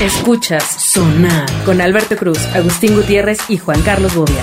Escuchas Sonar con Alberto Cruz, Agustín Gutiérrez y Juan Carlos Bobia.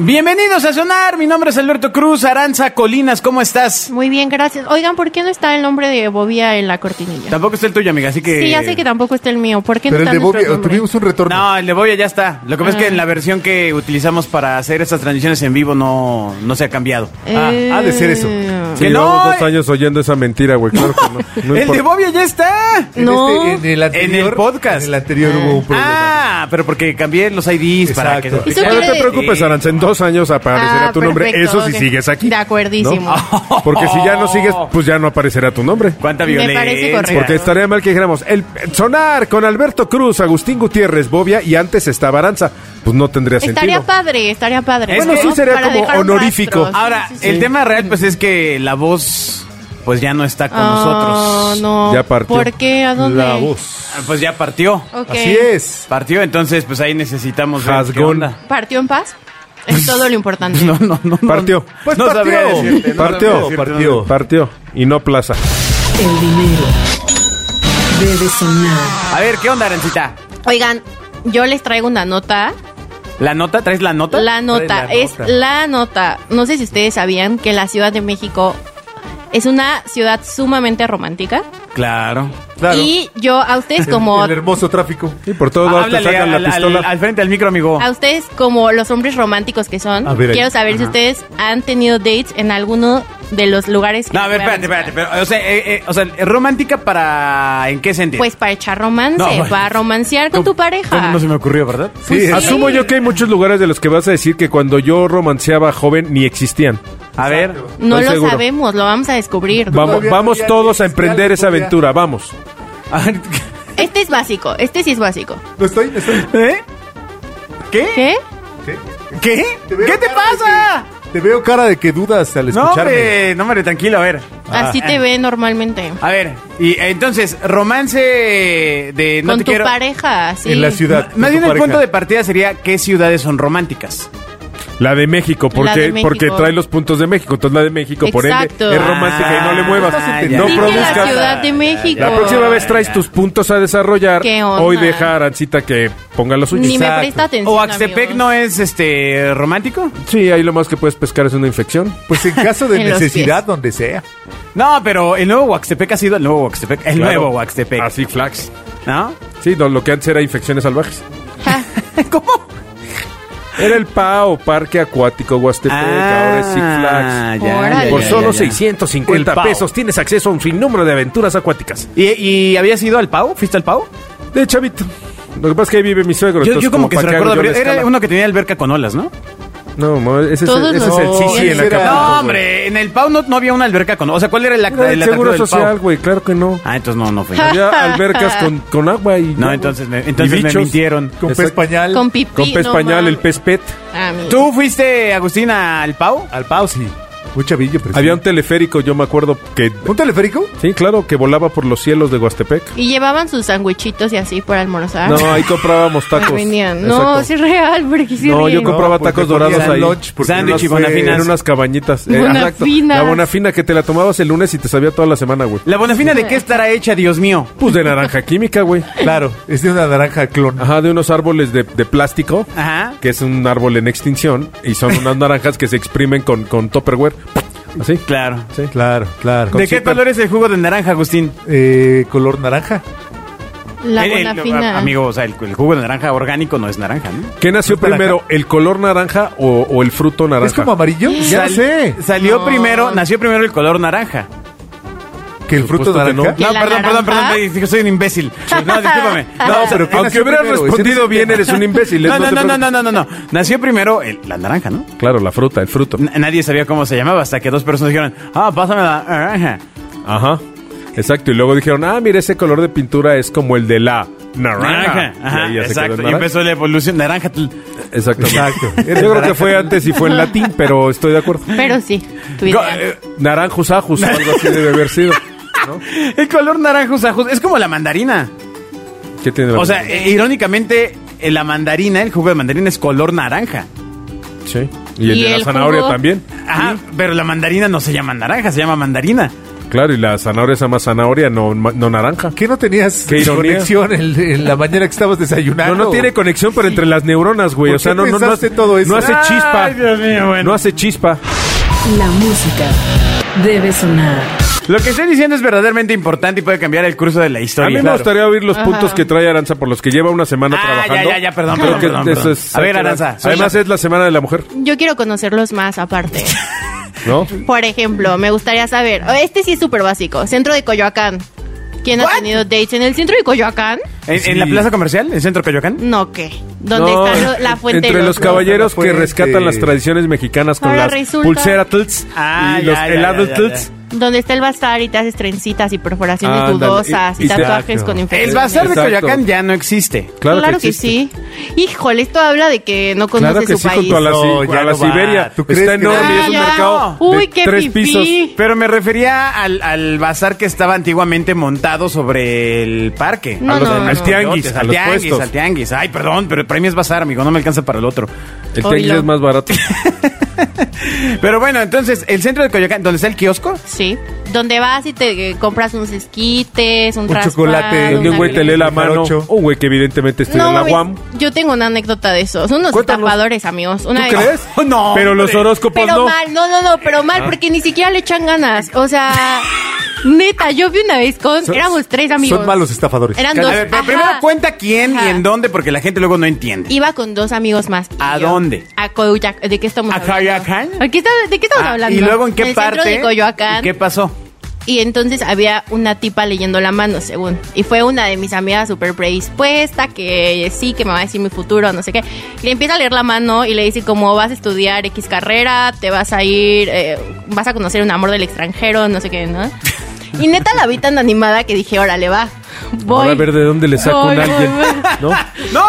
Bienvenidos a Sonar, mi nombre es Alberto Cruz, Aranza Colinas, ¿cómo estás? Muy bien, gracias. Oigan, ¿por qué no está el nombre de Bobia en la cortinilla? Tampoco está el tuyo, amiga, así que... Sí, ya sé que tampoco está el mío. ¿Por qué Pero el no de está Bobby, nuestro nombre? tuvimos un retorno. No, el de Boya ya está. Lo que pasa es que Ah. en la versión que utilizamos para hacer estas transmisiones en vivo no, no se ha cambiado. Eh, Ah, Ah, ha de ser eso. eh. Sí, ¡Que no! llevamos dos años oyendo esa mentira, güey. Claro que no. ¡El no de importa. Bobia ya está! En, No. este- en el anterior, En el podcast. En el anterior hubo un problema. Ah, pero porque cambié los IDs para que... Exacto. Eso No quiere te preocupes, Sí. Aranza. En dos años aparecerá Ah, tu nombre. perfecto, Eso si ok. sigues aquí. De acuerdísimo. ¿no? Porque si ya no sigues, pues ya no aparecerá tu nombre. ¿Cuánta Me violencia? parece correcto. Porque estaría mal que dijéramos el sonar con Alberto Cruz, Agustín Gutiérrez, Bobia y antes estaba Aranza. Pues no tendría Estaría sentido. padre, estaría padre. Bueno, ¿no? sí sería Para como dejar un honorífico. rastro, sí, Ahora, sí, sí. el tema real pues es que la voz pues ya no está con Ah, nosotros. no. Ya partió. ¿Por qué? ¿A dónde? La voz. Ah, Pues ya partió. Ok. Así es. Partió, entonces pues ahí necesitamos... ver qué Hasgón. onda. ¿Partió en paz? Es todo lo importante. No, no, no. Pues no. pues, Partió. no sabría decirte, no sabría partió. decirte Partió. dónde. Partió. Y no plaza. El dinero debe sonar. A ver, ¿qué onda, Arancita? Oigan, yo les traigo una nota. ¿La nota? ¿Traes la nota? La nota, Trae la es nota. la nota. No sé si ustedes sabían que la Ciudad de México es una ciudad sumamente romántica. Claro. Claro. Y yo a ustedes como... El hermoso tráfico. Y por todos lados te Háblale sacan al, la al, pistola. al frente al micro, amigo. A ustedes como los hombres románticos que son, A ver ahí. quiero saber si ustedes han tenido dates en alguno de los lugares que... No, a ver, les voy espérate, mencionar. espérate. Pero, o, sea, eh, eh, o sea, ¿romántica para en qué sentido? Pues para echar romance, No, bueno. para romancear con tu pareja. me ocurrió, ¿verdad? Sí, es- Asumo yo que hay muchos lugares de los que vas a decir que cuando yo romanceaba joven ni existían. A ver. No Estoy lo seguro. sabemos, lo vamos a descubrir. Vamos, Todavía vamos no había todos a ni emprender fiscal, esa todavía. aventura, vamos. Este es básico, este sí es básico. No estoy, no estoy. ¿Eh? ¿Qué? ¿Qué? ¿Qué? ¿Qué? veo ¿Qué te cara de pasa? que- te veo cara de que dudas al No, escucharme. hombre, no, hombre, tranquilo, a ver. Ah, eh. Así te ve normalmente. A ver, y entonces, romance de... No con te tu quiero- pareja, sí. En la ciudad. Más con tu bien el pareja. punto de partida sería qué ciudades son románticas. La de México, porque, La de México. porque trae los puntos de México. Entonces la de México, por Exacto. ende, es romántica y no le muevas. Ah, no Dije la produzcas. Ciudad de México. La próxima vez traes tus puntos a desarrollar. ¿Qué onda? Hoy deja a Arancita que ponga los suyos. Ni me Exacto. presta atención. ¿O Axtepec amigos. no es este romántico? Sí, ahí lo más que puedes pescar es una infección. Pues en caso de En los necesidad, donde sea. No, pero el nuevo Huaxtepec ha sido el nuevo Huaxtepec. El Claro. Ah, nuevo Huaxtepec. Así, flax. ¿No? Sí, no, lo que antes era infecciones salvajes. Ja, ¿Cómo? Era el PAO, Parque Acuático Huastepec, Este, ahora es Six Flags. Órale. Por Ah, ya, solo Ah. ya. 650 El Pau. pesos tienes acceso a un sinnúmero de aventuras acuáticas. ¿Y, y habías ido al Pau? ¿Fuiste al Pau? De chavito. Lo que pasa es que ahí vive mi suegro. Yo, entonces, yo como que se para qué recuerdo. hago yo haber- la Era escala? uno que tenía alberca con olas, ¿no? No, no, ese, es el- Todos ese es el los- Sisi en Ese era- Acapulco. No, hombre. En el Pau no, no había una alberca con olas. O sea, ¿cuál era el, act- Era el el atractivo seguro del social, Pau? güey, claro que no. Ah, entonces no, no fui. Había albercas con, con agua y... No, entonces me- entonces y me bichos. mintieron. Con pez Exacto. pañal. con pipí. Con pez no pañal, mames. el pez pet. Ah, mira. ¿Tú fuiste, Agustín, al Pau? Al pausi. Un chavillo, pero sí. Había un teleférico, yo me acuerdo que... ¿Un teleférico? Sí, claro, que volaba por los cielos de Huastepec. Y llevaban sus sandwichitos y así por almorzar. No, ahí comprábamos Ah, tacos. venían. Exacto. No, sí es real, porque sí No, yo real. compraba porque tacos comían dorados ahí. lunch, porque Sándwich nomás y fue- bonafinas. En Eh, unas cabañitas. Eh, exacto. Bonafinas. La bonafina que te la tomabas el lunes y te sabía toda la semana, güey. ¿La bonafina de qué estará hecha, Dios mío? Pues de naranja química, güey. Claro, es de una naranja clon. Ajá, de unos árboles de, de plástico, Ajá. que es un árbol en extinción, y son unas naranjas que se exprimen con, con Tupperware. Así. Claro. Sí. Claro, claro. ¿De qué color es el jugo de naranja, Agustín? Eh, color naranja. La El- el- bonafina. Amigo, o sea, el, el jugo de naranja orgánico no es naranja, ¿no? ¿Qué nació ¿Es naranja? primero, el color naranja o, o el fruto naranja? Pues ¿Es como amarillo? Ya Sal- sé. Salió No. primero, nació primero el color naranja. ¿Que el fruto Supuesto que naranja? ¿Que No, la perdón, perdón, naranja? perdón, me dije, soy un imbécil. No, discúlpame. No, No, pero ¿qué aunque nació hubieras primero? Ese respondido es el bien, tema. eres un imbécil. no, es- no, te no, no, preocupes. no, no, no, no. Nació primero el- la naranja, ¿no? Claro, la fruta, el fruto. N- nadie sabía cómo se llamaba hasta que dos personas dijeron, ah, pásame la naranja. Ajá. Exacto, y luego dijeron, ah, mira, ese color de pintura es como el de la naranja. Ajá, ahí ya se quedó en exacto. Y naranja. empezó la evolución naranja. tl. Exactamente. Exacto. Eres Yo creo que naranja. fue antes y fue en latín, pero estoy de acuerdo. Pero sí, Co- tu idea. eh, Naranjus ajus o algo así debe haber sido. ¿no? El color naranja usajus, es como la mandarina. ¿Qué tiene la O sea, mandarina? eh, irónicamente, eh, la mandarina, el jugo de mandarina es color naranja. Sí. Y el ¿Y de la el zanahoria jugo? también. Ajá, pero la mandarina no se llama naranja, se llama mandarina. Claro, y la zanahoria es más zanahoria, no, no naranja. ¿Qué no tenías Qué ironía. conexión en, en la mañana que estabas desayunando? No, no tiene conexión, pero entre las neuronas, güey. ¿Por O sea, qué no, no, no pensaste hace todo eso? No hace Ay, chispa. Dios mío, bueno. No hace chispa. La música debe sonar. Lo que estoy diciendo es verdaderamente importante y puede cambiar el curso de la A historia. mí me Claro. gustaría oír los Ajá. puntos que trae Aranza por los que lleva una semana Ah, trabajando. ya, ya, ya, perdón, Creo perdón, que perdón, eso perdón. es- A ver, Aranza, Además es la semana de la mujer, Yo quiero conocerlos más aparte. ¿no? Por ejemplo, me gustaría saber, oh, este sí es súper básico, centro de Coyoacán. ¿Quién ha tenido dates en el centro de Coyoacán? ¿En, en la Sí. plaza comercial? ¿En Centro Coyoacán? No, ¿qué? ¿Dónde No, está lo- la fuente Entre de los lobos? caballeros que La pues, fuente. este, rescatan las tradiciones mexicanas con Ahora las resulta- pulseratls Ah, y ya, los ya, ya, heladotls. Donde está el bazar y te haces trencitas y perforaciones Ándale, dudosas y, y- y- tatuajes exacto. con infecciones. El bazar de Exacto. Coyoacán ya no existe. Claro, que, existe. sí. Híjole, esto habla de que no conoce Claro que su sí, país. junto a la, No, si- ya a la no va. Siberia. ¿Tú crees Está que enorme, no? es un Ah, ya. mercado Uy, de qué tres fifí. pisos. Pero me refería al, al bazar que estaba antiguamente montado sobre el parque. No, A los- no, al no. tianguis, A al los tianguis, puestos. al tianguis. Ay, perdón, pero para mí es bazar, amigo, no me alcanza para el otro. El tianguis Oilo. es más barato. Pero bueno, entonces, el centro de Coyoacán, ¿dónde está el kiosco? Sí. Donde vas y te eh, compras unos esquites, un, Un raspado, chocolate, Donde un una güey te lee la Un mano. jarocho. Un güey que evidentemente estudia No, en la mames, UAM. yo tengo una anécdota de esos. Unos Cuéntanos. estafadores, amigos. Una ¿Tú vez- crees? Oh, no, Pero los hombre. horóscopos Pero no. mal, no, no, no, pero mal, porque ni siquiera le echan ganas. O sea, neta, yo vi una vez con. Son- éramos tres amigos. Son malos estafadores. Eran A dos. ver, pero ajá. primero cuenta quién Ajá. y en dónde, porque la gente luego no entiende. Iba con dos amigos más. y ¿A yo. dónde? A Coyoacán. ¿De qué estamos ¿A hablando? Coyoacán? ¿A qué estamos- ¿De qué estamos Ah, hablando? ¿Y luego en qué el parte? Centro de Coyoacán. ¿Y ¿Qué pasó? Y entonces había una tipa leyendo la mano, según. Y fue una de mis amigas súper predispuesta, que sí, que me va a decir mi futuro, no sé qué. Y le empieza a leer la mano y le dice como vas a estudiar X carrera, te vas a ir, eh, vas a conocer un amor del extranjero, no sé qué, ¿no? Y neta la vi tan animada que dije, órale, va. Voy. Ahora a ver de dónde le saco Voy, un voy, alguien. voy. ¿no? No,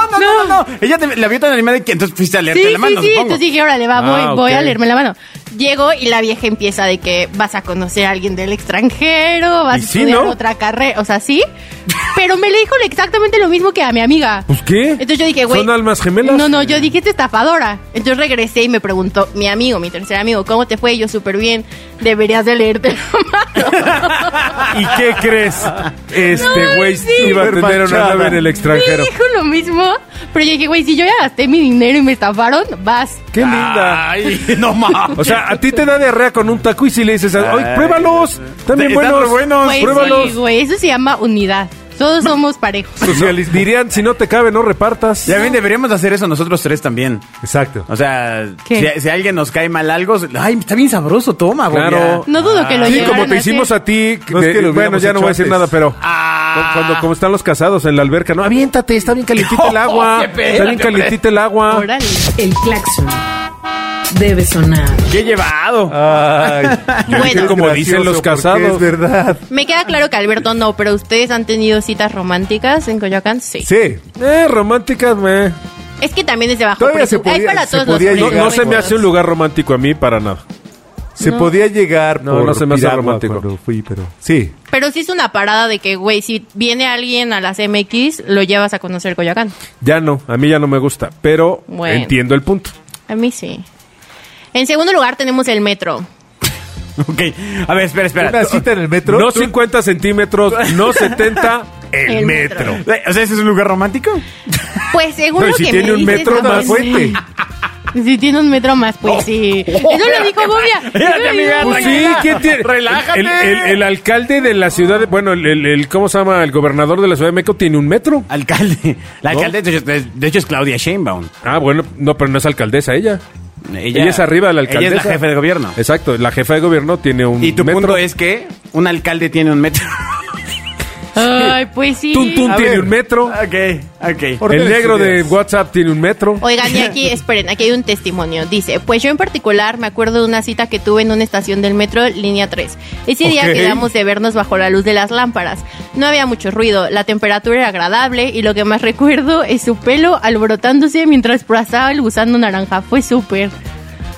no, no, no, no. Ella te- la vio tan animada que entonces fuiste a leerte Sí, la mano, sí, sí. supongo. Entonces dije, órale, va, voy, Ah, voy a ok. leerme la mano. Llego y la vieja empieza de que vas a conocer a alguien del extranjero, vas a Y sí, estudiar ¿no? otra carrera, o sea, sí. Pero me le dijo exactamente lo mismo que a mi amiga. Pues qué. Entonces yo dije, güey. Son almas gemelas. No, no, yo dije, esta estafadora. Entonces regresé y me preguntó mi amigo, mi tercer amigo, ¿cómo te fue? Y yo, súper bien. Deberías de leerte la mano. ¿Y qué crees? Este güey sí. iba a tener una Superfachada. nave en el extranjero. Me dijo lo mismo. Pero yo dije, güey, si yo ya gasté mi dinero y me estafaron, vas. Qué linda. Ay, no mames. O sea, a ti te da diarrea con un taco y si le dices, ¡ay, Ay. pruébalos! También Están buenos. re buenos, Pues sí, pruébalos. Pues, güey, eso se llama unidad. Todos somos parejos. Socialismo. Dirían, si no te cabe, no repartas. Ya ven, deberíamos hacer eso nosotros tres también. Exacto. O sea, si, ¿Qué? si a alguien nos cae mal algo, ay, está bien sabroso, toma, güey. Claro. No dudo que lo Ah. Sí, llegaran como te a hicimos hacer. a ti. No es de- que lo bueno, hubiéramos ya no hecho voy a decir antes. nada, pero. Ah. Cuando, como están los casados en la alberca, no, aviéntate, está bien calientita el agua. Oh, Oye, Está bien espérate, calientita el agua. Órale. El claxon debe sonar. Qué llevado. Ah. Ay, Bueno. qué Como gracioso, dicen los porque casados. Es verdad. Me queda claro que Alberto no, pero ustedes han tenido citas románticas en Coyoacán, sí. Sí. Eh, románticas, me. Es que también es de bajo Todavía se presupuesto. Hay podía- para se todos los podía No, llegar, no se me presupuestos. hace un lugar romántico a mí para nada. Se podía llegar No, por no se me hace Piragua romántico. cuando fui, pero sí. Pero sí es una parada de que, güey, si viene alguien a las MX, lo llevas a conocer Coyoacán. Ya no, a mí ya no me gusta, pero Bueno. entiendo el punto. A mí sí. En segundo lugar tenemos el metro. Ok. A ver, espera, espera. Una cita en el metro. no tú- 50 centímetros, no 70, el, El metro. metro. O sea, ¿ese es un lugar romántico? Pues según Pero lo si que tiene me un dices, metro no, Ah, más pues, fuente. sí. Si tiene un metro más, pues sí. Eso lo dijo Bobia. Eso Espérate, lo dijo amiga. Pues sí, tranquila. ¿quién tiene? Relájate. El, el- el alcalde de la ciudad, de- bueno, el, el- el- ¿cómo se llama? El gobernador de la ciudad de México tiene un metro. Alcalde. La ¿No? alcalde, de hecho, de- de hecho, es Claudia Sheinbaum. Ah, bueno, no, pero no es alcaldesa ella. Ella, es arriba de la alcaldesa. Ella es la jefe de gobierno. Exacto, la jefa de gobierno tiene un Y tu metro. punto es que un alcalde tiene un metro. Ay, pues sí. Tum, tum, A tiene ver. un metro. ok, ok. Orden El de negro de ideas. WhatsApp tiene un metro. Oigan, y aquí, esperen, aquí hay un testimonio. Dice, pues yo en particular me acuerdo de una cita que tuve en una estación del metro, línea 3. Ese día Ok. quedamos de vernos bajo la luz de las lámparas. No había mucho ruido, la temperatura era agradable y lo que más recuerdo es su pelo alborotándose mientras pasaba el gusano naranja. Fue súper.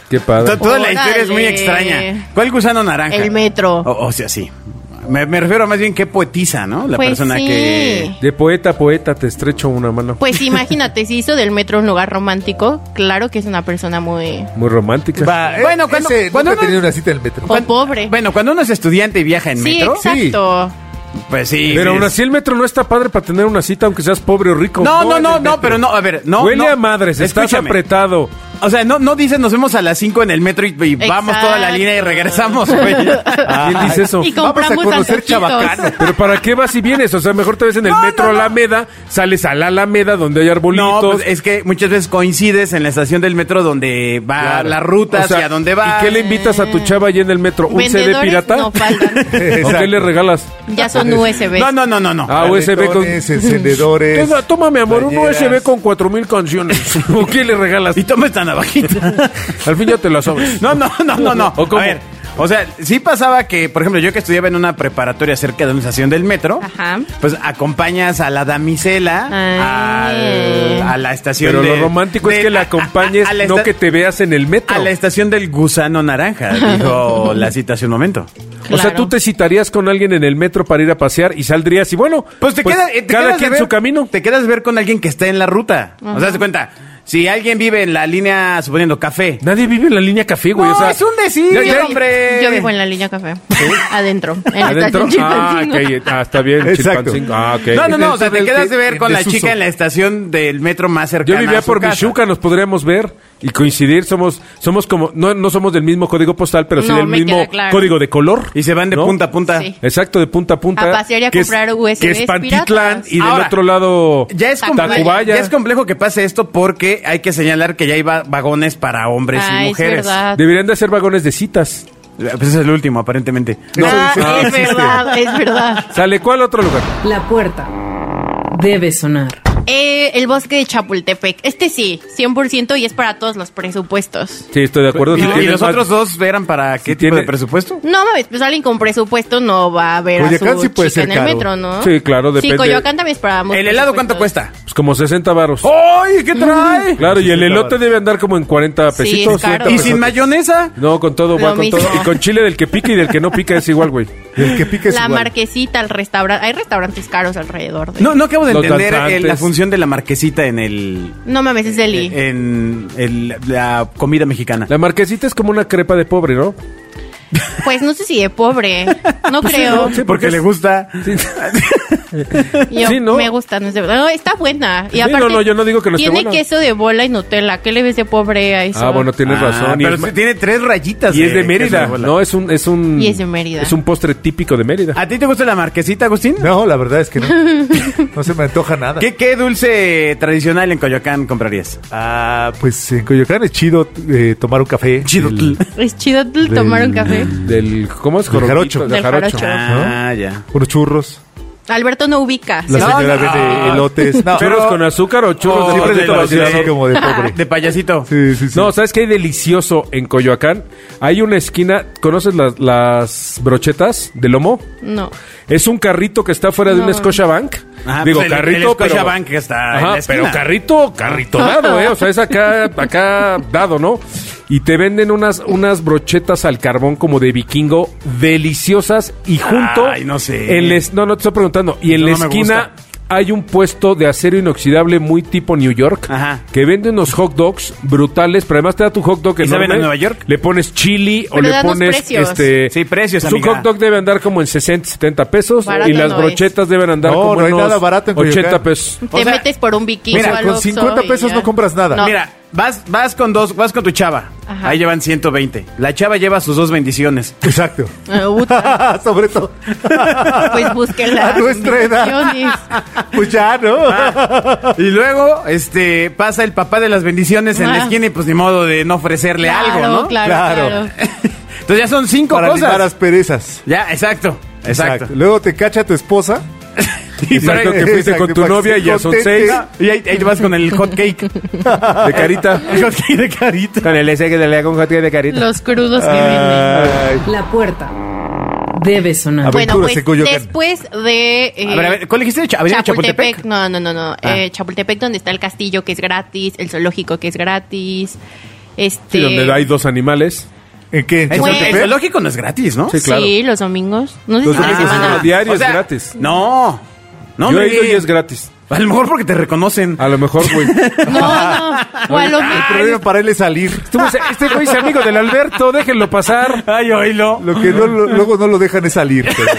Qué padre. To- Toda la historia es muy Órale. extraña. ¿Cuál gusano naranja? El metro. O, o sea, Oh, sí. Me, me refiero a más bien que poetiza, ¿no? La Pues persona sí. que... De poeta a poeta te estrecho una mano. Pues imagínate, si hizo del metro un lugar romántico, claro que es una persona muy... Muy romántica. Va, eh, bueno, cuando, Ese, cuando nunca uno- he tenido una cita en el metro. O pobre. bueno, cuando uno es estudiante y viaja en sí, metro, exacto. pues sí. Pero aún es- así el metro no está padre para tener una cita, aunque seas pobre o rico. No, no, en no, el no, metro. pero no, a ver, no. Huele no. a madres, estás Escúchame. apretado. O sea, no, no dices nos vemos a las 5 en el metro y, y vamos toda la línea y regresamos, güey. Ah, ¿Quién dice eso? Y compramos Vamos a conocer antojitos. Chabacano. Pero ¿para qué vas y vienes? O sea, mejor te ves en el No, metro no, no. Alameda, sales a la Alameda donde hay No, arbolitos. pues, es que muchas veces coincides en la estación del metro donde va Claro. la ruta O sea, hacia dónde va. ¿Y qué le invitas a tu chava allí en el metro? ¿Un CD Vendedores pirata? no faltan. ¿O qué le regalas? Ya son USB. No, no, no, no, no. Ah, USB con... Caletones, encendedores. Toma, toma, mi amor, playeras. un USB con 4000 canciones. ¿O qué le regalas? Y toma esta navajita. Al fin ya te la sabes. No, no, no, no, no. ¿O cómo? A ver, o sea, sí pasaba que, por ejemplo, yo que estudiaba en una preparatoria cerca de una estación del metro, Ajá. pues acompañas a la damisela Ah. al- a la estación Pero de- lo romántico es de- que la a- a- acompañes, a la no esta- que te veas en el metro. A la estación del gusano naranja, dijo la cita hace un momento. O sea, Claro. tú te citarías con alguien en el metro para ir a pasear y saldrías y bueno, Pues te queda, eh, te cada quedas quien ver- su camino. Te quedas ver con alguien que está en la ruta. O sea, se cuenta. Si alguien vive en la línea, suponiendo café. Nadie vive en la línea café, güey. No, o sea, es un decir, Ya- ya- hombre. Yo vivo en la línea café. Adentro. En la ¿Adentro? estación Ah, Chilpancingo. ok, ah, está bien. Exacto. Chilpancingo. Ah, ok. No, no, no, o sea, te Del- quedas de ver del con la desuso. chica en la estación del metro más Yo cercana. vivía a su por casa. Michuca, nos podríamos ver y coincidir. Somos, somos como, no, no somos del mismo código postal, pero sí No, del me queda mismo claro. código de color. Y se van de ¿no? punta a punta. Sí. Exacto, de punta a punta. A pasear y a que es- comprar USBs Que es Pantitlán piratas. y del Ahora, otro lado Ya es, Tacubaya. complejo, ya es complejo que pase esto porque hay que señalar que ya hay va- vagones para hombres Ah, y es mujeres. verdad. Deberían de hacer vagones de citas. Pues es el último, aparentemente. No, Ah, no es existe. verdad, es verdad. ¿Sale cuál otro lugar? La puerta debe sonar. Eh, el bosque de Chapultepec. Este sí, 100% y es para todos los presupuestos. Sí, estoy de acuerdo. ¿Y, Si y tienen los más- otros dos eran para qué Si tipo de tiene- presupuesto? No mames, pues alguien con presupuesto no va a ver Coyoacán a su sí puede chica en ser el caro. metro, ¿no? Sí, claro, Sí, depende. Coyoacán también es para muchos ¿El helado cuánto presupuestos. cuesta? Pues como 60 varos. Oh. ¡Ay, qué trae! Claro, y el elote debe andar como en 40 Sí, pesitos. es caro. ¿Y sin 60 pesos. mayonesa? No, con todo, Lo va, con mismo. todo. Y con chile del que pica y del que no pica es igual, güey. El que pica es La igual. marquesita, el restaurante. Hay restaurantes caros alrededor. De... No, no acabo de Los entender danzantes. el- la función de la marquesita en el... No mames, es Eli. Eh, En el- la comida mexicana. La marquesita es como una crepa de pobre, ¿no? Pues no sé si de pobre. No creo. sí, porque le gusta. Yo- Sí, ¿no? Me gusta, no es de- no, está buena. Y Sí, aparte, no, no, yo no digo que no esté Tiene buena. queso de bola y Nutella. ¿Qué le ves de pobre a eso? Ah, bueno, tienes Ah, razón. Y Pero es, sí tiene tres rayitas. y es de Mérida, queso de bola. ¿no? Es un, es un... Y es de Mérida. Ah. Es un postre típico de Mérida. ¿A ti te gusta la marquesita, Agustín? No, la verdad es que no. No se me antoja nada. ¿Qué, qué dulce tradicional en Coyoacán comprarías? Ah, pues en Coyoacán es chido eh, tomar un café. Chidotl. El- Es chido t- tomar un café. Del, ¿cómo es? Del Jorobito, jarocho. del Del jarocho. jarocho. Ah, ya. unos churros. Alberto no ubica. La ¿sí? señora no. vende elotes. No, ¿Churros Pero- Ah. con azúcar o churros Oh, de siempre de le poquito los pareció así vaciado? como de pobre. De payasito. Sí, sí, sí. No, ¿sabes qué hay delicioso en Coyoacán? Hay una esquina, ¿conoces las, las brochetas de lomo? No. Es un carrito que está fuera de No. un Scotiabank. Ajá, Digo, pues el- carrito, el pero... Scotiabank que está en la esquina. pero carrito, carritonado, ¿eh? O sea, es acá, acá dado, ¿no? Y te venden unas, unas brochetas al carbón como de vikingo deliciosas y junto... Ay, no sé. en la es- no, no, te estoy preguntando. Y en No, la no me esquina... gusta. Hay un puesto de acero inoxidable muy tipo New York Ajá. que vende unos hot dogs brutales, pero además te da tu hot dog ¿Y saben enorme. a Nueva York? Le pones chili o Pero le danos pones precios. este Sí, precios, Su amiga. hot dog debe andar como en 60, 70 pesos Barato y las no brochetas deben andar No, como no hay unos nada barato en 80 Coyoacán. pesos. Te O sea, metes por un vikingo mira, al con Oxxo 50 y pesos ya. no compras nada. No. Mira, vas, vas con dos, vas con tu chava. Ajá. Ahí llevan 120. La chava lleva sus dos bendiciones. Exacto. Ah, puta, Sobre todo. pues búsquela. A nuestra edad. Pues ya, ¿no? Y luego, este, pasa el papá de las bendiciones en la Ah. esquina y pues ni modo de no ofrecerle Claro, algo, ¿no? claro, Claro. claro. Entonces ya son cinco Para cosas. limar asperezas. Ya, exacto, exacto. Luego te cacha tu esposa. Y Exacto, para- que fuiste Exacto, con tu para que novia y esté ya son seis contenta. Y ahí, ahí te vas con el hot cake. de carita. El hot cake de carita. Con el ese que le lea con hot cake de carita. Los crudos que venden. Ay, La puerta debe sonar. Bueno, Aventuras pues en Coyoacán. después de... eh, A ver, a ver, ¿cuál dijiste? Ch- Avenida Chapultepec. Chapultepec. No, no, no, no. Eh, Chapultepec, donde está el castillo que es gratis, el zoológico que es gratis. Este. Sí, donde hay dos animales. ¿En qué? ¿En El, Pues- el Chapultepec? zoológico no es gratis, ¿no? Sí, claro. Sí, los domingos. Ah, No sé Los si domingos fines de es semana. gratis. diario es gratis. No. No, Yo he hombre. ido y es gratis. A lo mejor porque te reconocen. A lo mejor, güey. No, no. O a lo Ah, El mejor- problema para él es salir. Estuvo- Este güey es amigo del Alberto, déjenlo pasar. Ay, oílo. Lo que no lo- luego no lo dejan es salir. pero-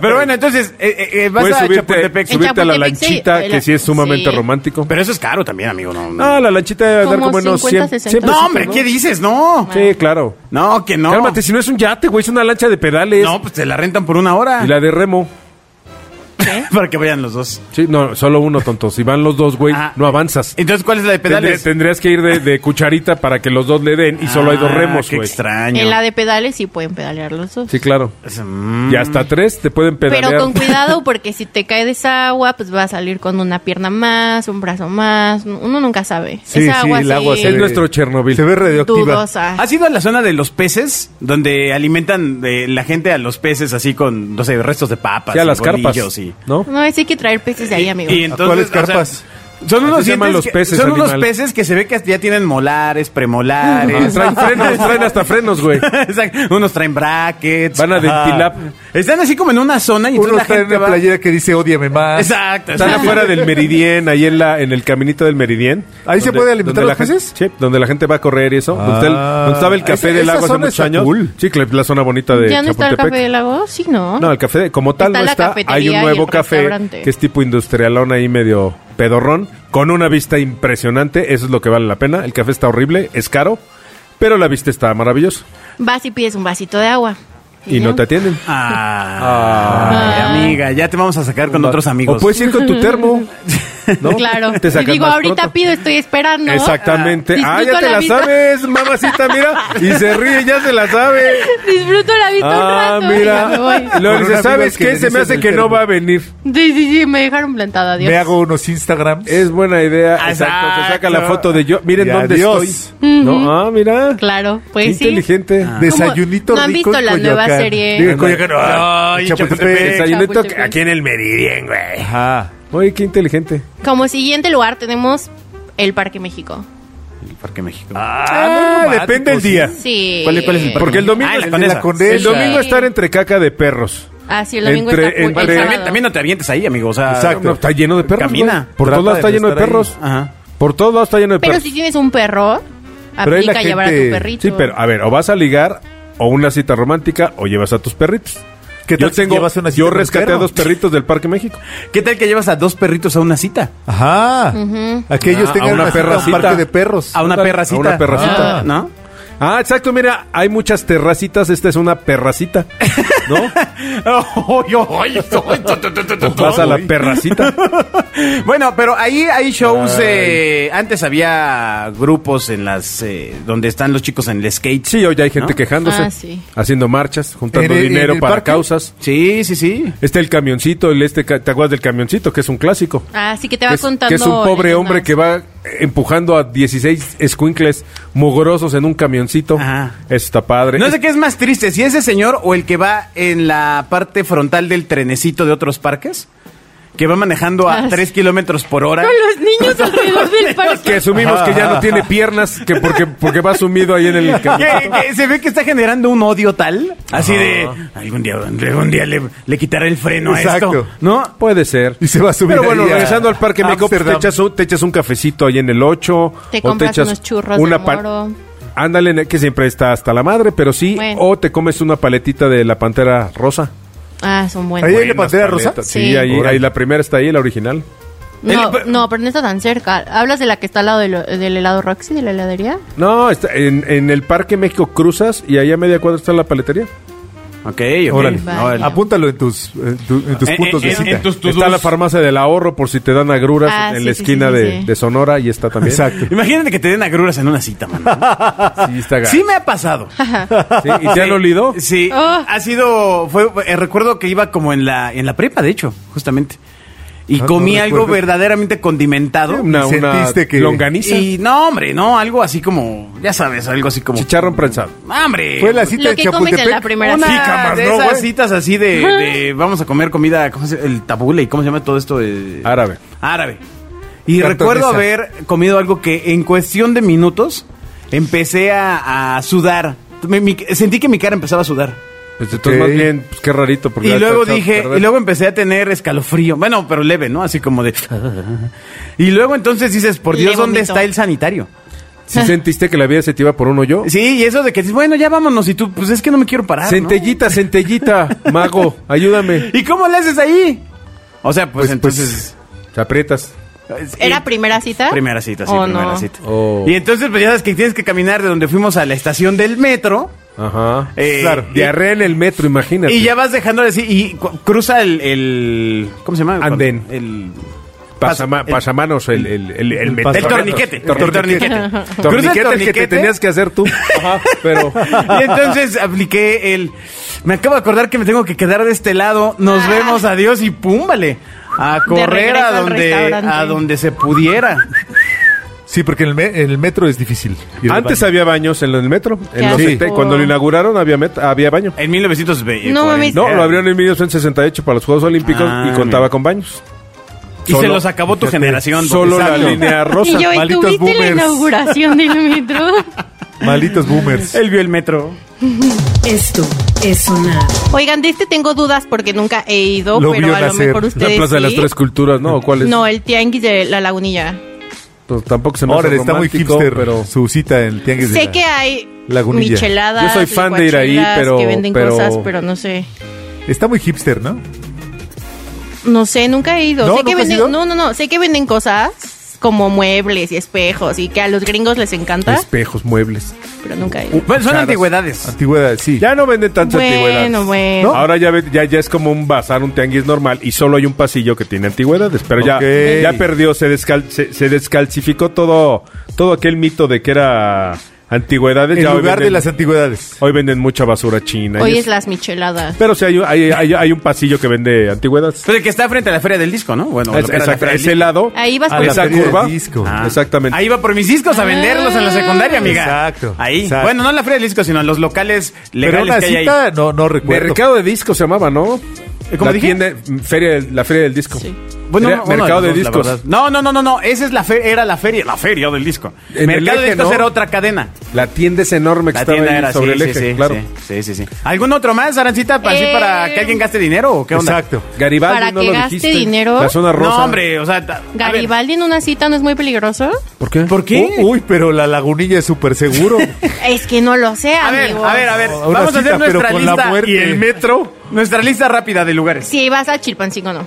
Pero bueno, entonces, eh, eh, eh, vas Puedes a subirte, Chapultepec. En subirte a la Chapultepec, sí, lanchita, que sí es sumamente sí. romántico. Pero eso es caro también, amigo. No, No, no. la lanchita debe andar Como como unos 50, 100 60. pesitos, no hombre, ¿qué dices? No. Sí, claro. No, que no. Cálmate, si no es un yate, güey, es una lancha de pedales. No, pues te la rentan por una hora. ¿eh? Y la de remo. Para que vayan los dos. Sí, no, solo uno, tonto. Si van los dos, güey, Ah. no avanzas. Entonces, ¿cuál es la de Tendré- pedales? tendrías que ir de, de cucharita para que los dos le den y solo hay dos Ah, remos, Qué güey. extraño. En la de pedales sí pueden pedalear los dos. Sí, claro. Mm. Y hasta tres te pueden pedalear. Pero con cuidado porque si te cae de esa agua, pues va a salir con una pierna más, un brazo más. Uno nunca sabe. Sí, esa sí, agua el agua sí, se Es ve- nuestro Chernobyl. Se ve radioactiva. dudosa. Ah, ¿Has ido a la zona de los peces? Donde alimentan de la gente a los peces así con, no sé, restos de papas. Sí, a y las carpas. bolillos y- ¿No? No, es hay que traer peces de ahí, amigo. Y entonces, ¿Cuáles o sea, carpas? son unos, Así se llaman dientes los que- peces, son unos animal. peces que se ve que ya tienen molares, premolares. Ah, traen frenos, traen hasta frenos, güey. Exacto. Unos traen brackets. Van a dentilap. Están así como en una zona y Uno entonces la está en gente una va... playera que dice odiame más. Exacto. Están exacto. afuera del Meridian, ahí en la en el caminito del Meridian. ¿Ahí se puede alimentar donde los la gente- peces? sí, donde la gente va a correr y eso. Ah. donde, está el- donde estaba el café Esa- del esa lago hace zona muchos está años. cool. Sí, que la zona bonita de ¿Ya no está el Chapultepec. café del lago? Sí, ¿no? No, el café de- como tal Está no la está. cafetería Hay y un el nuevo café restaurante. que es tipo industrialón ahí medio pedorrón, con una vista impresionante. Eso es lo que vale la pena. El café está horrible, es caro, pero la vista está maravillosa. Vas y pides un vasito de agua. Y no te atienden. Ah, Ah. amiga, ya te vamos a sacar con otros amigos. O puedes ir con tu termo. ¿no? Claro. Te sacan Digo, más ahorita pronto. pido, estoy esperando. Exactamente. Disfruto Ah, ya te la vida. sabes, mamacita, mira. Y se ríe, ya se la sabe. Disfruto la vida Ah, un rato. y ya me mira. voy. Y luego Con dice, un amigo ¿sabes que qué? le Se me dices hace el que no termo". va a venir. Sí, sí, sí, me dejaron plantada, adiós. Me hago unos Instagrams. Es buena idea. Exacto. Exacto. Te saca la foto de yo. Miren Y dónde adiós. estoy. No, ah, mira. Claro, Qué pues sí. inteligente. Ah. Desayunito ¿No han rico visto en la nueva Coyoacán. serie? Digo, en Coyoacán, ah, Ay, Chapultepec. Chapultepec. Desayunito Chapultepec. aquí en el Meridian, güey. Ajá. Oye, qué inteligente. Como siguiente lugar tenemos el Parque México. Parque México. Ah, depende el día. Sí. ¿Cuál, cuál es el parque? Porque el domingo Ah, es la el de condesa. la Condesa. El Sí. domingo estar entre caca de perros. Ah, sí, el domingo Entre- está full. entre- el Pero sábado. también, también no te avientes ahí, amigo. O sea, No, está lleno de perros. Camina. güey. Por Trata todos lados está de lleno no de estar ahí. perros. Ajá. Por todos lados está lleno de Pero perros. si tienes un perro, Pero ahí la aplica llevar a tu gente- perrito. Sí, pero ah, a ver, o vas a ligar o una cita romántica o llevas a tus perritos. ¿Qué tal yo si tengo, llevas una cita yo con un rescaté a perro? dos perritos del Parque México. ¿Qué tal que llevas a dos perritos a una cita? Ajá. Aquellos Ah, tengan a una una cita, un perracita. parque de perros. A una Ándale, perracita. a una perracita. Ah, ¿No? Ah, exacto, mira, hay muchas terracitas, esta es una perracita, ¿no? Vas a la perracita. bueno, pero ahí hay shows. eh, antes había grupos en las eh, donde están los chicos en el skate. Sí, hoy hay gente ¿No? quejándose, Ah, sí. haciendo marchas, juntando ¿En el- dinero en el para parque? causas. sí, sí, sí. Está el camioncito, el este, ca- ¿te acuerdas del camioncito? Que es un clásico. Así Ah, que te que va es, contando. que es un pobre leyendas. hombre que va eh, empujando a 16 escuincles mugrosos en un camioncito. Ajá. Eso está padre. No sé qué es más triste, si ese señor o el que va en la parte frontal del trenecito de otros parques, que va manejando Ah, a sí. 3 kilómetros por hora. Con los niños alrededor del parque. Que asumimos que ya no tiene piernas, que porque, porque va sumido ahí en el Que- camioncito. que se ve que está generando un odio tal, así de algún día, algún día le, le quitaré el freno a Exacto. esto. ¿No? Puede ser. Y se va a subir Pero bueno, ahí a- regresando al Parque a México, pues, te Ámsterdam. echas, un, te echas un cafecito ahí en el 8. Te compras unos churros de pan- moro. Ándale, ne- que siempre está hasta la madre, pero sí. Bueno. O te comes una paletita de la pantera rosa. Ah, son buenos. Ahí hay la Buenas pantera rosa. paletas. Sí, Sí. ahí, Órale. ahí la primera está ahí, la original. No, El- no, pero no está tan cerca. ¿Hablas de la que está al lado de lo- del helado Roxy, de la heladería? No, está en, en el Parque México cruzas y ahí a media cuadra está la paletería. Ok, ok. Órale. No, órale. Vaya. Apúntalo en tus, en tu- en tus En- puntos en- de en cita. tus- tus- está la farmacia del ahorro por si te dan agruras Ah, en sí, la sí, esquina sí, sí, de, sí. de Sonora y está también. Exacto. Imagínate que te den agruras en una cita, mano. Sí, está gacho. Sí me ha pasado. Sí, ¿Y te han olido? Sí, Oh. ha sido, fue, eh, recuerdo que iba como en la, en la prepa, de hecho, justamente. Y Ah, no comí algo recuerdo. verdaderamente condimentado. Una, una Sentiste que- longaniza. Y no, hombre, no, algo así como, ya sabes, algo así como... Ah, Chicharrón prensado. ¡Hombre! Fue la cita Lo de que comes en la Chapultepec. primera una cita. más, de ¿no, esas güey? citas así de, de vamos a comer comida, ¿cómo se- el tabule y cómo se llama todo esto? Eh, Árabe. Árabe. Y Tanto recuerdo risa. haber comido algo que en cuestión de minutos empecé a, a sudar. Me- mi- sentí que mi cara empezaba a sudar. Pues entonces Ok. más bien, pues qué rarito. Porque Y ya luego está echado a dije, perder. y luego empecé a tener escalofrío. Bueno, pero leve, ¿no? Así como de. Y luego entonces dices, por Le Dios, ¿dónde vomito. está el sanitario? ¿Sí sentiste que la vida se te iba por un hoyo? Sí, y eso de que dices, bueno, ya vámonos. Y tú, pues es que no me quiero Ah, parar. ¿no? Centellita, centellita, mago, ayúdame. ¿Y cómo le haces ahí? O sea, pues, Pues, entonces. Te aprietas. eh, ¿Era primera cita? Primera cita, sí, ¿O primera no? cita. Oh. Y entonces, pues ya sabes que tienes que caminar de donde fuimos a la estación del metro. Ajá. Eh, claro, y- diarrea en el metro, imagínate. Y ya vas dejándole así. Y cu- cruza el, el- ¿Cómo se llama? Andén. El. Pasama- el- pasamanos, el, el, el, el, El El metro. torniquete. El torniquete. Cruza el Torniquete el que te torniquete. tenías que hacer tú. Ajá, pero. Y entonces apliqué el. Me acabo de acordar que me tengo que quedar de este lado. Nos Ah. vemos, adiós y púmbale. A correr regreso a al donde, restaurante. a donde se pudiera. Sí, porque en el, me- en el metro es difícil. ir al Antes baño. había baños en el metro. Qué En los asco. 70, cuando lo inauguraron había, met- había baño. En 1920. No mames. eh, No, lo abrieron en 1968 para los Juegos Olímpicos Ah, y contaba mira. con baños. Y se Solo- los acabó tu generación. Solo la Exacto. línea rosa. y yo, ¿y malditos tuviste la boomers. inauguración del metro? Malditos boomers. Él vio el metro. Esto es sonar. Oigan, de este tengo dudas porque nunca he ido, Lo pero vio a lo nacer. mejor La Pues La ustedes Plaza de las sí. Tres Culturas, ¿no? ¿O ¿Cuál es? No, el tianguis de la lagunilla. Pues tampoco se me hace Órale, está muy romántico, hipster pero su cita en el tianguis de Sé la- que hay Lagunilla. micheladas, Yo soy fan de ir ahí, licuachelas pero- que venden pero- cosas, pero no sé. Está muy hipster, ¿no? No sé, nunca he ido. ¿No? sé que ¿Nunca has venden, ido? no, no, no, sé que venden cosas como muebles y espejos y que a los gringos les encanta, espejos, muebles. pero nunca he ido. Bueno, son Caras. antigüedades. Antigüedad, sí. Ya no venden tantas Bueno, antigüedades. bueno. ¿No? Ahora ya, ve- ya, ya es como un bazar, un tianguis normal y solo hay un pasillo que tiene antigüedades. Pero Ok. ya, ya perdió, se, descal- se, se descalcificó todo, todo aquel mito de que era antigüedades. En ya hoy lugar de venden- las antigüedades. Hoy venden mucha basura china. y Hoy eso. es las micheladas. Pero sí, hay, hay- hay- hay un pasillo que vende antigüedades. Pero el que está frente a la feria del disco, ¿no? Bueno, lo Es- que era la exacto, Feria del ese Disco. lado, Ahí vas a por- esa La feria del curva. disco. Ah. Exactamente. Ahí va por mis discos a venderlos en la secundaria, amiga. Exacto, Ahí. exacto. Bueno, no en la feria del disco, sino en los locales Pero legales una que hay ahí. cita, no, no recuerdo. Mercado de disco se llamaba, ¿no? ¿Cómo la dije? tienda- mm, feria, del- la feria del disco. Sí. Bueno, Feria- no, bueno, mercado de los dos, la discos. verdad. No, no, no, no, no. Esa es la fe- era la feria, la feria del disco. En el mercado de eje, discos ¿no? era otra cadena. La tienda es enorme que La estaba tienda ahí era sobre sí, el eje, sí, sí, claro. sí, sí, sí, sí. ¿Algún otro más, Arancita, para, así Eh. para que alguien gaste dinero o qué onda? Exacto. Garibaldi Para no que lo gaste dijiste. dinero. La zona rosa. No, hombre, o sea... ta- a ver, Garibaldi en una cita no es muy peligroso. ¿Por qué? ¿Por qué? Uh, U- Uy, pero la lagunilla es súper seguro. Es que no lo sé, a ver, amigo. a ver, a ver. Una Vamos a hacer cita, pero nuestra con la lista... muerte. Y el metro. Nuestra lista rápida de lugares. Si vas a Chilpancingo, no.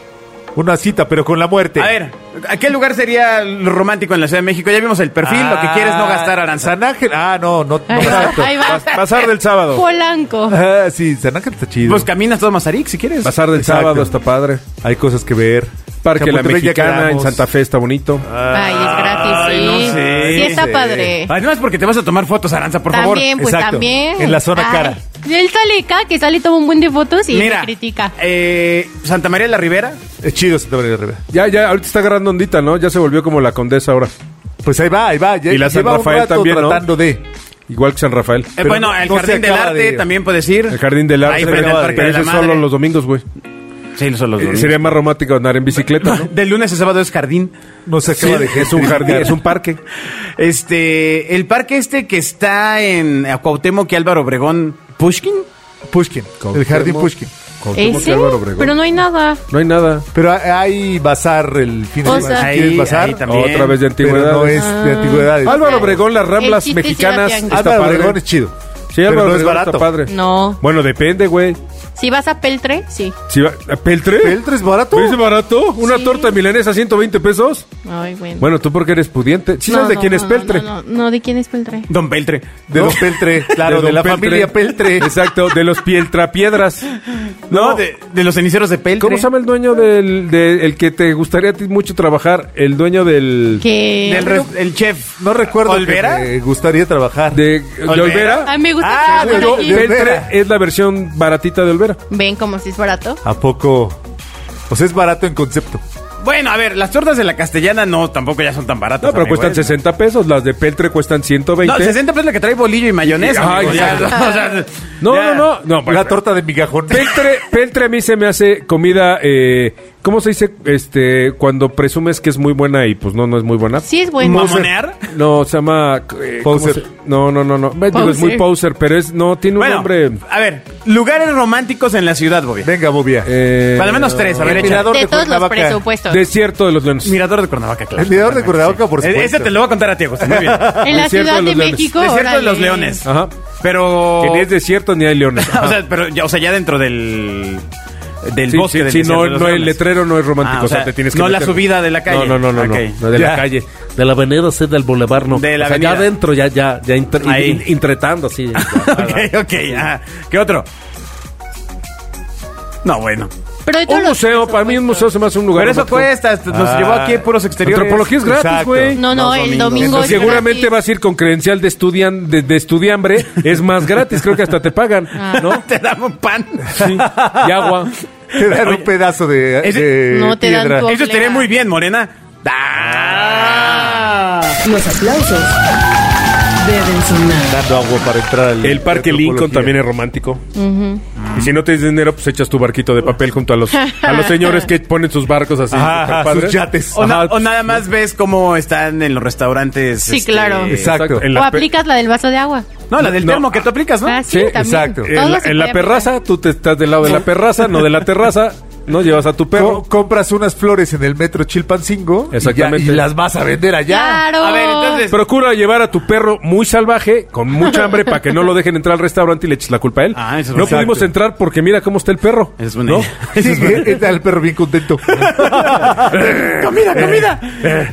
Una cita, pero con la Este, muerte. A ver, ¿a qué lugar sería lo romántico en la Ciudad de México? Ya vimos el perfil, lo que quieres no Ah, gastar, San Aranzana. Ángel. Ah, no, no. no Ahí va, exacto. ahí va. Pas- pasar del sábado. Polanco. Ah, sí, San Ángel está chido. Pues caminas todo Mazarik, si quieres. Pasar del Exacto. sábado está padre. Hay cosas que ver. Parque La Chapultepec ya Mexicana en quedamos. Santa Fe está bonito. Ah. Ay, es gratis, sí. Ay, no sé. sí está No sé. padre. Además, porque te vas a tomar fotos, Aranza, por favor. Eh. también, pues exacto. también. En la zona cara. Y él sale acá, que sale y toma un buen de fotos y Mira, me critica. eh, Santa María la Ribera. Eh, Es chido Santa María de Rivera. Ya, ya, ahorita está agarrando ondita, ¿no? Ya se volvió como la condesa ahora. Pues ahí va, ahí va. Ya Y la San lleva un Rafael rato también, ¿no? tratando de. Igual que San Rafael. Eh, bueno, el no se Jardín del acaba Arte de- también puedes ir. El jardín del arte. Ahí pero- frente al Parque pero de la ese es Madre. solo los domingos, güey. Sí, son los Eh, domingos. Sería más romántico andar en bicicleta, ¿no? De lunes a sábado es jardín. No se acaba Sí, de es un jardín, es un parque. Este, el parque este que está en Cuauhtémoc y Álvaro Obregón, Pushkin. Pushkin. El jardín Pushkin. Cuauhtémoc y Ese, Álvaro Obregón. pero no hay nada. No hay nada. Pero hay bazar el fin de O semana. sea- Si ¿Quieres Ahí, bazar? ahí también. Otra vez de Pero antigüedades. no es de antigüedades. Ah. Álvaro Obregón, las ramblas Este, El chiste es ir a mexicanas. tianguis. está Álvaro padre. Obregón es chido. Sí, pero Álvaro no es Obregón barato. está padre. No. Bueno, depende, güey. Si vas a Peltre, sí. Si va- ¿Peltre? ¿Peltre es barato? ¿Es barato? ¿Una Sí. torta milanesa 120 pesos? Ay, bueno. Bueno, tú porque eres pudiente. ¿Sí No, sabes de no, quién no, es Peltre? No, no, no, no, ¿de quién es Peltre? Don Peltre. De don Peltre, claro, de, don la Peltre. familia Peltre. Exacto, de los Pieltrapiedras. No, de, de los ceniceros de Peltre. ¿Cómo se llama el dueño del, del- el que te gustaría a ti mucho trabajar? El dueño del... Que... Del res- el chef. No recuerdo que ¿Olvera? me gustaría trabajar. De, de Olvera. Olvera. Ay, me gusta Ah, que se pero- van aquí. de- Peltre Olvera. es la versión baratita de Olvera. Ven como si es barato. ¿A poco? Pues es barato en concepto. Bueno, a ver, las tortas de la castellana no, tampoco ya son tan baratas. No, pero amigo, cuestan ¿eh? 60 pesos. Las de Peltre cuestan 120. No, 60 pesos la que trae bolillo y mayonesa. Ay, amigo, ya. o sea, No, ya. pues, no, no, no. la torta de migajón. Peltre, Peltre a mí se me hace comida, eh, ¿cómo se dice? Este, cuando presumes que es muy buena y pues no, no es muy buena. Sí es bueno. ¿Mamonear? No, se llama... eh, ¿cómo Poser. se- No, no, no, no. Digo, es muy Poser. poser, pero es, no, tiene un Bueno, nombre... a ver, lugares románticos en la ciudad, Bobby. Venga, bobia. eh, Al menos tres, a ver, el echa. mirador De de todos los Cuernavaca. presupuestos. Desierto de los Leones. Mirador de Cuernavaca, claro. El mirador de Cuernavaca, por E- supuesto. Ese te lo voy a contar a ti, Agustín. Muy bien. En la Desierto de Ciudad de los Leones. México. Desierto de los órale. Leones. Ajá. Pero. Que ni es desierto ni hay leones. o sea, pero ya, o sea, ya dentro del. Del Sí, bosque sí, del sí, desierto no, de los no, el leones. letrero no es romántico, Ah, o sea, te tienes que No la meter. subida de la calle. No, no, no, no, no, Ok. no, de Ya. la calle. De la avenida, sí, del bulevar, no. De la O sea, avenida. ya adentro, ya, ya, ya inter- Ahí. in- intretando, sí. ok, ok, ya. ¿Qué otro? No, bueno. Pero de todos Un los museo, para mí un museo se me hace un lugar. Pero eso romántico. cuesta, est- nos llevó aquí puros exteriores. Antropología es gratis, Exacto. güey. No, no, Los el domingos. domingo. Pues es seguramente gratis. vas a ir con credencial de estudian, de, de estudiambre, es más gratis, creo que hasta te pagan, Ah. ¿no? Te dan un pan. Sí. Y agua. Te dan un pedazo de, Ese- de No, te dan piedra. tu- Eso estaría muy bien, Morena. Ah. Los aplausos deben sonar. Dando agua para entrar al- El Parque Lincoln antropología. también es romántico. Y si no tienes dinero, pues echas tu barquito de papel junto a los, a los señores que ponen sus barcos así. Ajá, superpadres. sus yates. O, na- Ajá. o nada más ves cómo están en los restaurantes. este, Sí, claro. Exacto. En O la, pe- aplicas la del vaso de agua. No, la del No. termo que tú aplicas, ¿no? Ah, sí, Sí, también. exacto. Todo en la- se en la puede aplicar. perraza, tú te estás del lado de la perraza, no de la terraza, no llevas a tu perro. Co- compras unas flores en el metro Chilpancingo y ya- Exactamente. Y, las vas a vender allá. Claro. A ver, entonces. Procura llevar a tu perro muy salvaje, con mucha hambre, para que no lo dejen entrar al restaurante y le eches la culpa a él. Ah, eso es no exacto. pudimos entrar porque mira cómo está el perro. Esa es buena ¿no? idea. Sí, está el perro bien contento. comida, comida.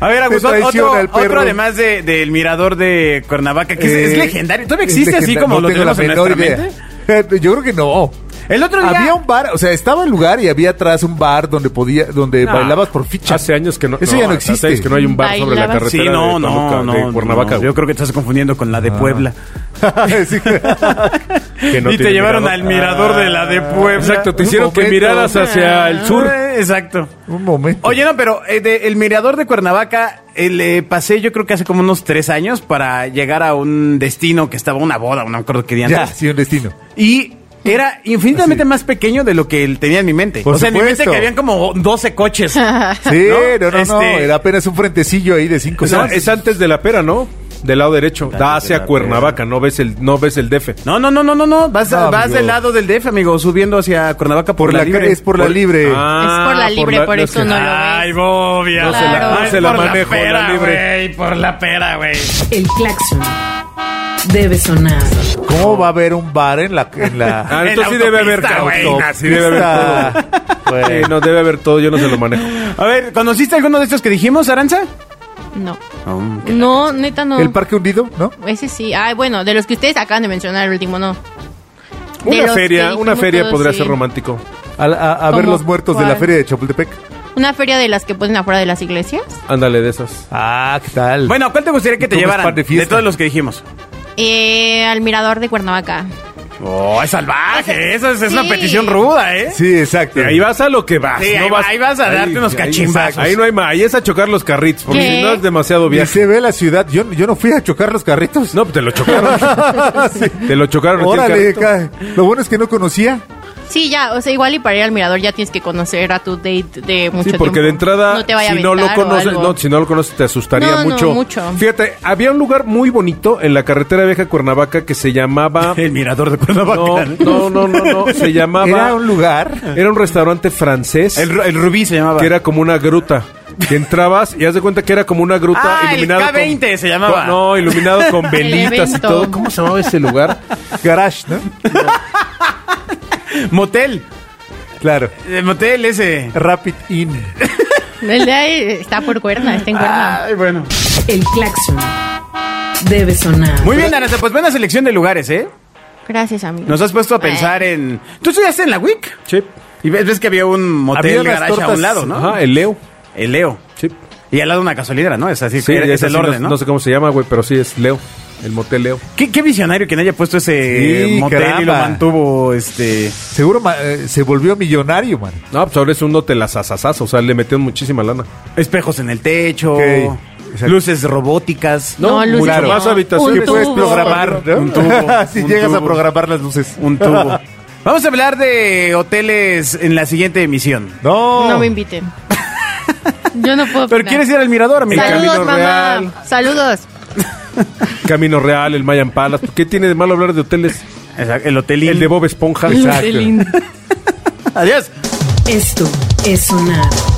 A ver, Agus, Eh, Te traiciona otro, el perro. otro además de- del mirador de Cuernavaca, que es- es, Eh, legendario. ¿Todavía es existe así legendario. como No lo tengo tenemos en nuestra mente? Eh, Yo creo que no. El otro día... Había un bar, o sea, estaba el lugar y había atrás un bar donde podía, donde No. bailabas por ficha. Hace años que no. Eso ya hace no existe. años que no hay un bar sobre la Bailabas. carretera. Sí, no, de Panuca- no, de no, Cuernavaca. no. Yo creo que te estás confundiendo con la de Puebla. Sí. que no y te tiene llevaron al mirador de la de Puebla. Exacto, te Un hicieron que momento. miraras hacia el sur. Eh, Exacto. un momento. Oye, no, pero eh, de- el mirador de Cuernavaca eh, le pasé yo creo que hace como unos tres años para llegar a un destino que estaba una boda, no me acuerdo qué día ya, antes. sí, un destino. Y era infinitamente más pequeño de lo que él tenía en mi mente. Por o sea, en mi mente supuesto. que habían como 12 coches. Sí, no, no, no, Ah. Este- era apenas un frentecillo ahí de cinco O sea, horas. es antes de la pera, ¿no? Del lado derecho. Da de hacia la Cuernavaca, no ves el, no ves el DF. No, no, no, no, no, no. Vas, No, vas amigo. del lado del DF, amigo, subiendo hacia Cuernavaca por, por la, la libre. es Ah, por la libre. Es por la libre, por, no es eso que- no lo Ay, ves. bobia. No se la- Claro. no se la manejo, la libre. güey, por la pera, güey. El claxon debe sonar. ¿Cómo va a haber un bar en la en la Ah, En entonces sí la debe haber autopista, caos, güey, no, nah, sí debe haber todo. Sí, Bueno, no, debe haber todo, yo no se lo manejo. A ver, ¿conociste alguno de estos que dijimos, Aranza? No. Oh, No, neta, no. el parque hundido, ¿no? Ese sí. Ay, bueno, de los que ustedes acaban de mencionar, el último no. De los Una que feria, dijimos una feria todos, podría sí. ser romántico. A, a- a ¿Cómo? ver los muertos de la ¿Cuál? feria de Chapultepec. Una feria de las que ponen afuera de las iglesias. Ándale de esas. Ah, ¿qué tal? Bueno, ¿cuál te gustaría que te Comes llevaran pan de, de fiesta. todos los que dijimos? Eh, al mirador de Cuernavaca. Oh, es salvaje. Eso es, es una sí. petición ruda, ¿eh? sí, exacto. Y ahí vas a lo que vas. Sí, ahí vas, va- ahí vas a darte unos cachimbazos. Ahí no hay más. Ahí es a chocar los carritos. Porque ¿Qué? si no es demasiado Y viaje. se ve la ciudad. Yo, yo no fui a chocar los carritos. No, pues te lo chocaron. Sí. te lo chocaron. aquí el Órale, carrito. ca- lo bueno es que no conocía. Sí, ya, o sea, igual y para ir al mirador ya tienes que conocer a tu date de mucho Sí, porque tiempo. de entrada, No te vaya a si no lo aventar o conoces, algo. no, si no lo conoces, te asustaría No, no, mucho. mucho. Fíjate, había un lugar muy bonito en la carretera vieja Cuernavaca que se llamaba. El mirador de Cuernavaca. No, no, no, no, no, se llamaba. Era un lugar. era un restaurante francés El, ru- el rubí se llamaba. que era como una gruta. Que entrabas y haz de cuenta que era como una gruta Ah, el iluminada. K20 se llamaba. con- no, iluminado con velitas y evento. todo. ¿Cómo se llamaba ese lugar? Garage, ¿no? Motel. Claro. El Eh, motel ese. Rapid In. El de ahí está por cuerna, está en cuerna. Ay, bueno. El claxon debe sonar. Muy bien, Aranza, pues buena selección de lugares, ¿eh? Gracias, amigo. Nos has puesto a pensar ¿eh? en... ¿Tú estudiaste en la WIC? Sí. Y ves, ves que había un motel Había unas garage a tortas- un lado, ¿no? Ajá, el Leo. El Leo. Sí. Y al lado una gasolinera, ¿no? Es así, Sí, era- es esa el sí, orden, ¿no? No sé cómo se llama, güey, pero sí es Leo, el motel Leo. ¿Qué, qué visionario quien haya puesto ese Sí, motel y lo caramba. mantuvo, este... Seguro ma- eh, se volvió millonario, man. No, pues ahora es un hotel asasasazo, o sea, le metieron muchísima lana. Espejos en el techo, Ok, exacto. luces robóticas, No, luces mucho no. más Un habitaciones. Que puedes tubo. programar, ¿no? Un tubo, si un llegas a tubo. programar las luces. un tubo. Vamos a hablar de hoteles en la siguiente emisión. No. No me inviten. Yo no puedo. Pero opinar. quieres ir al mirador, mi Saludos, Camino mamá. Real. Saludos. Camino Real, el Mayan Palace. ¿Qué tiene de malo hablar de hoteles? Exacto, El hotel El de Bob Esponja. Qué lindo. Adiós. Esto es sonar.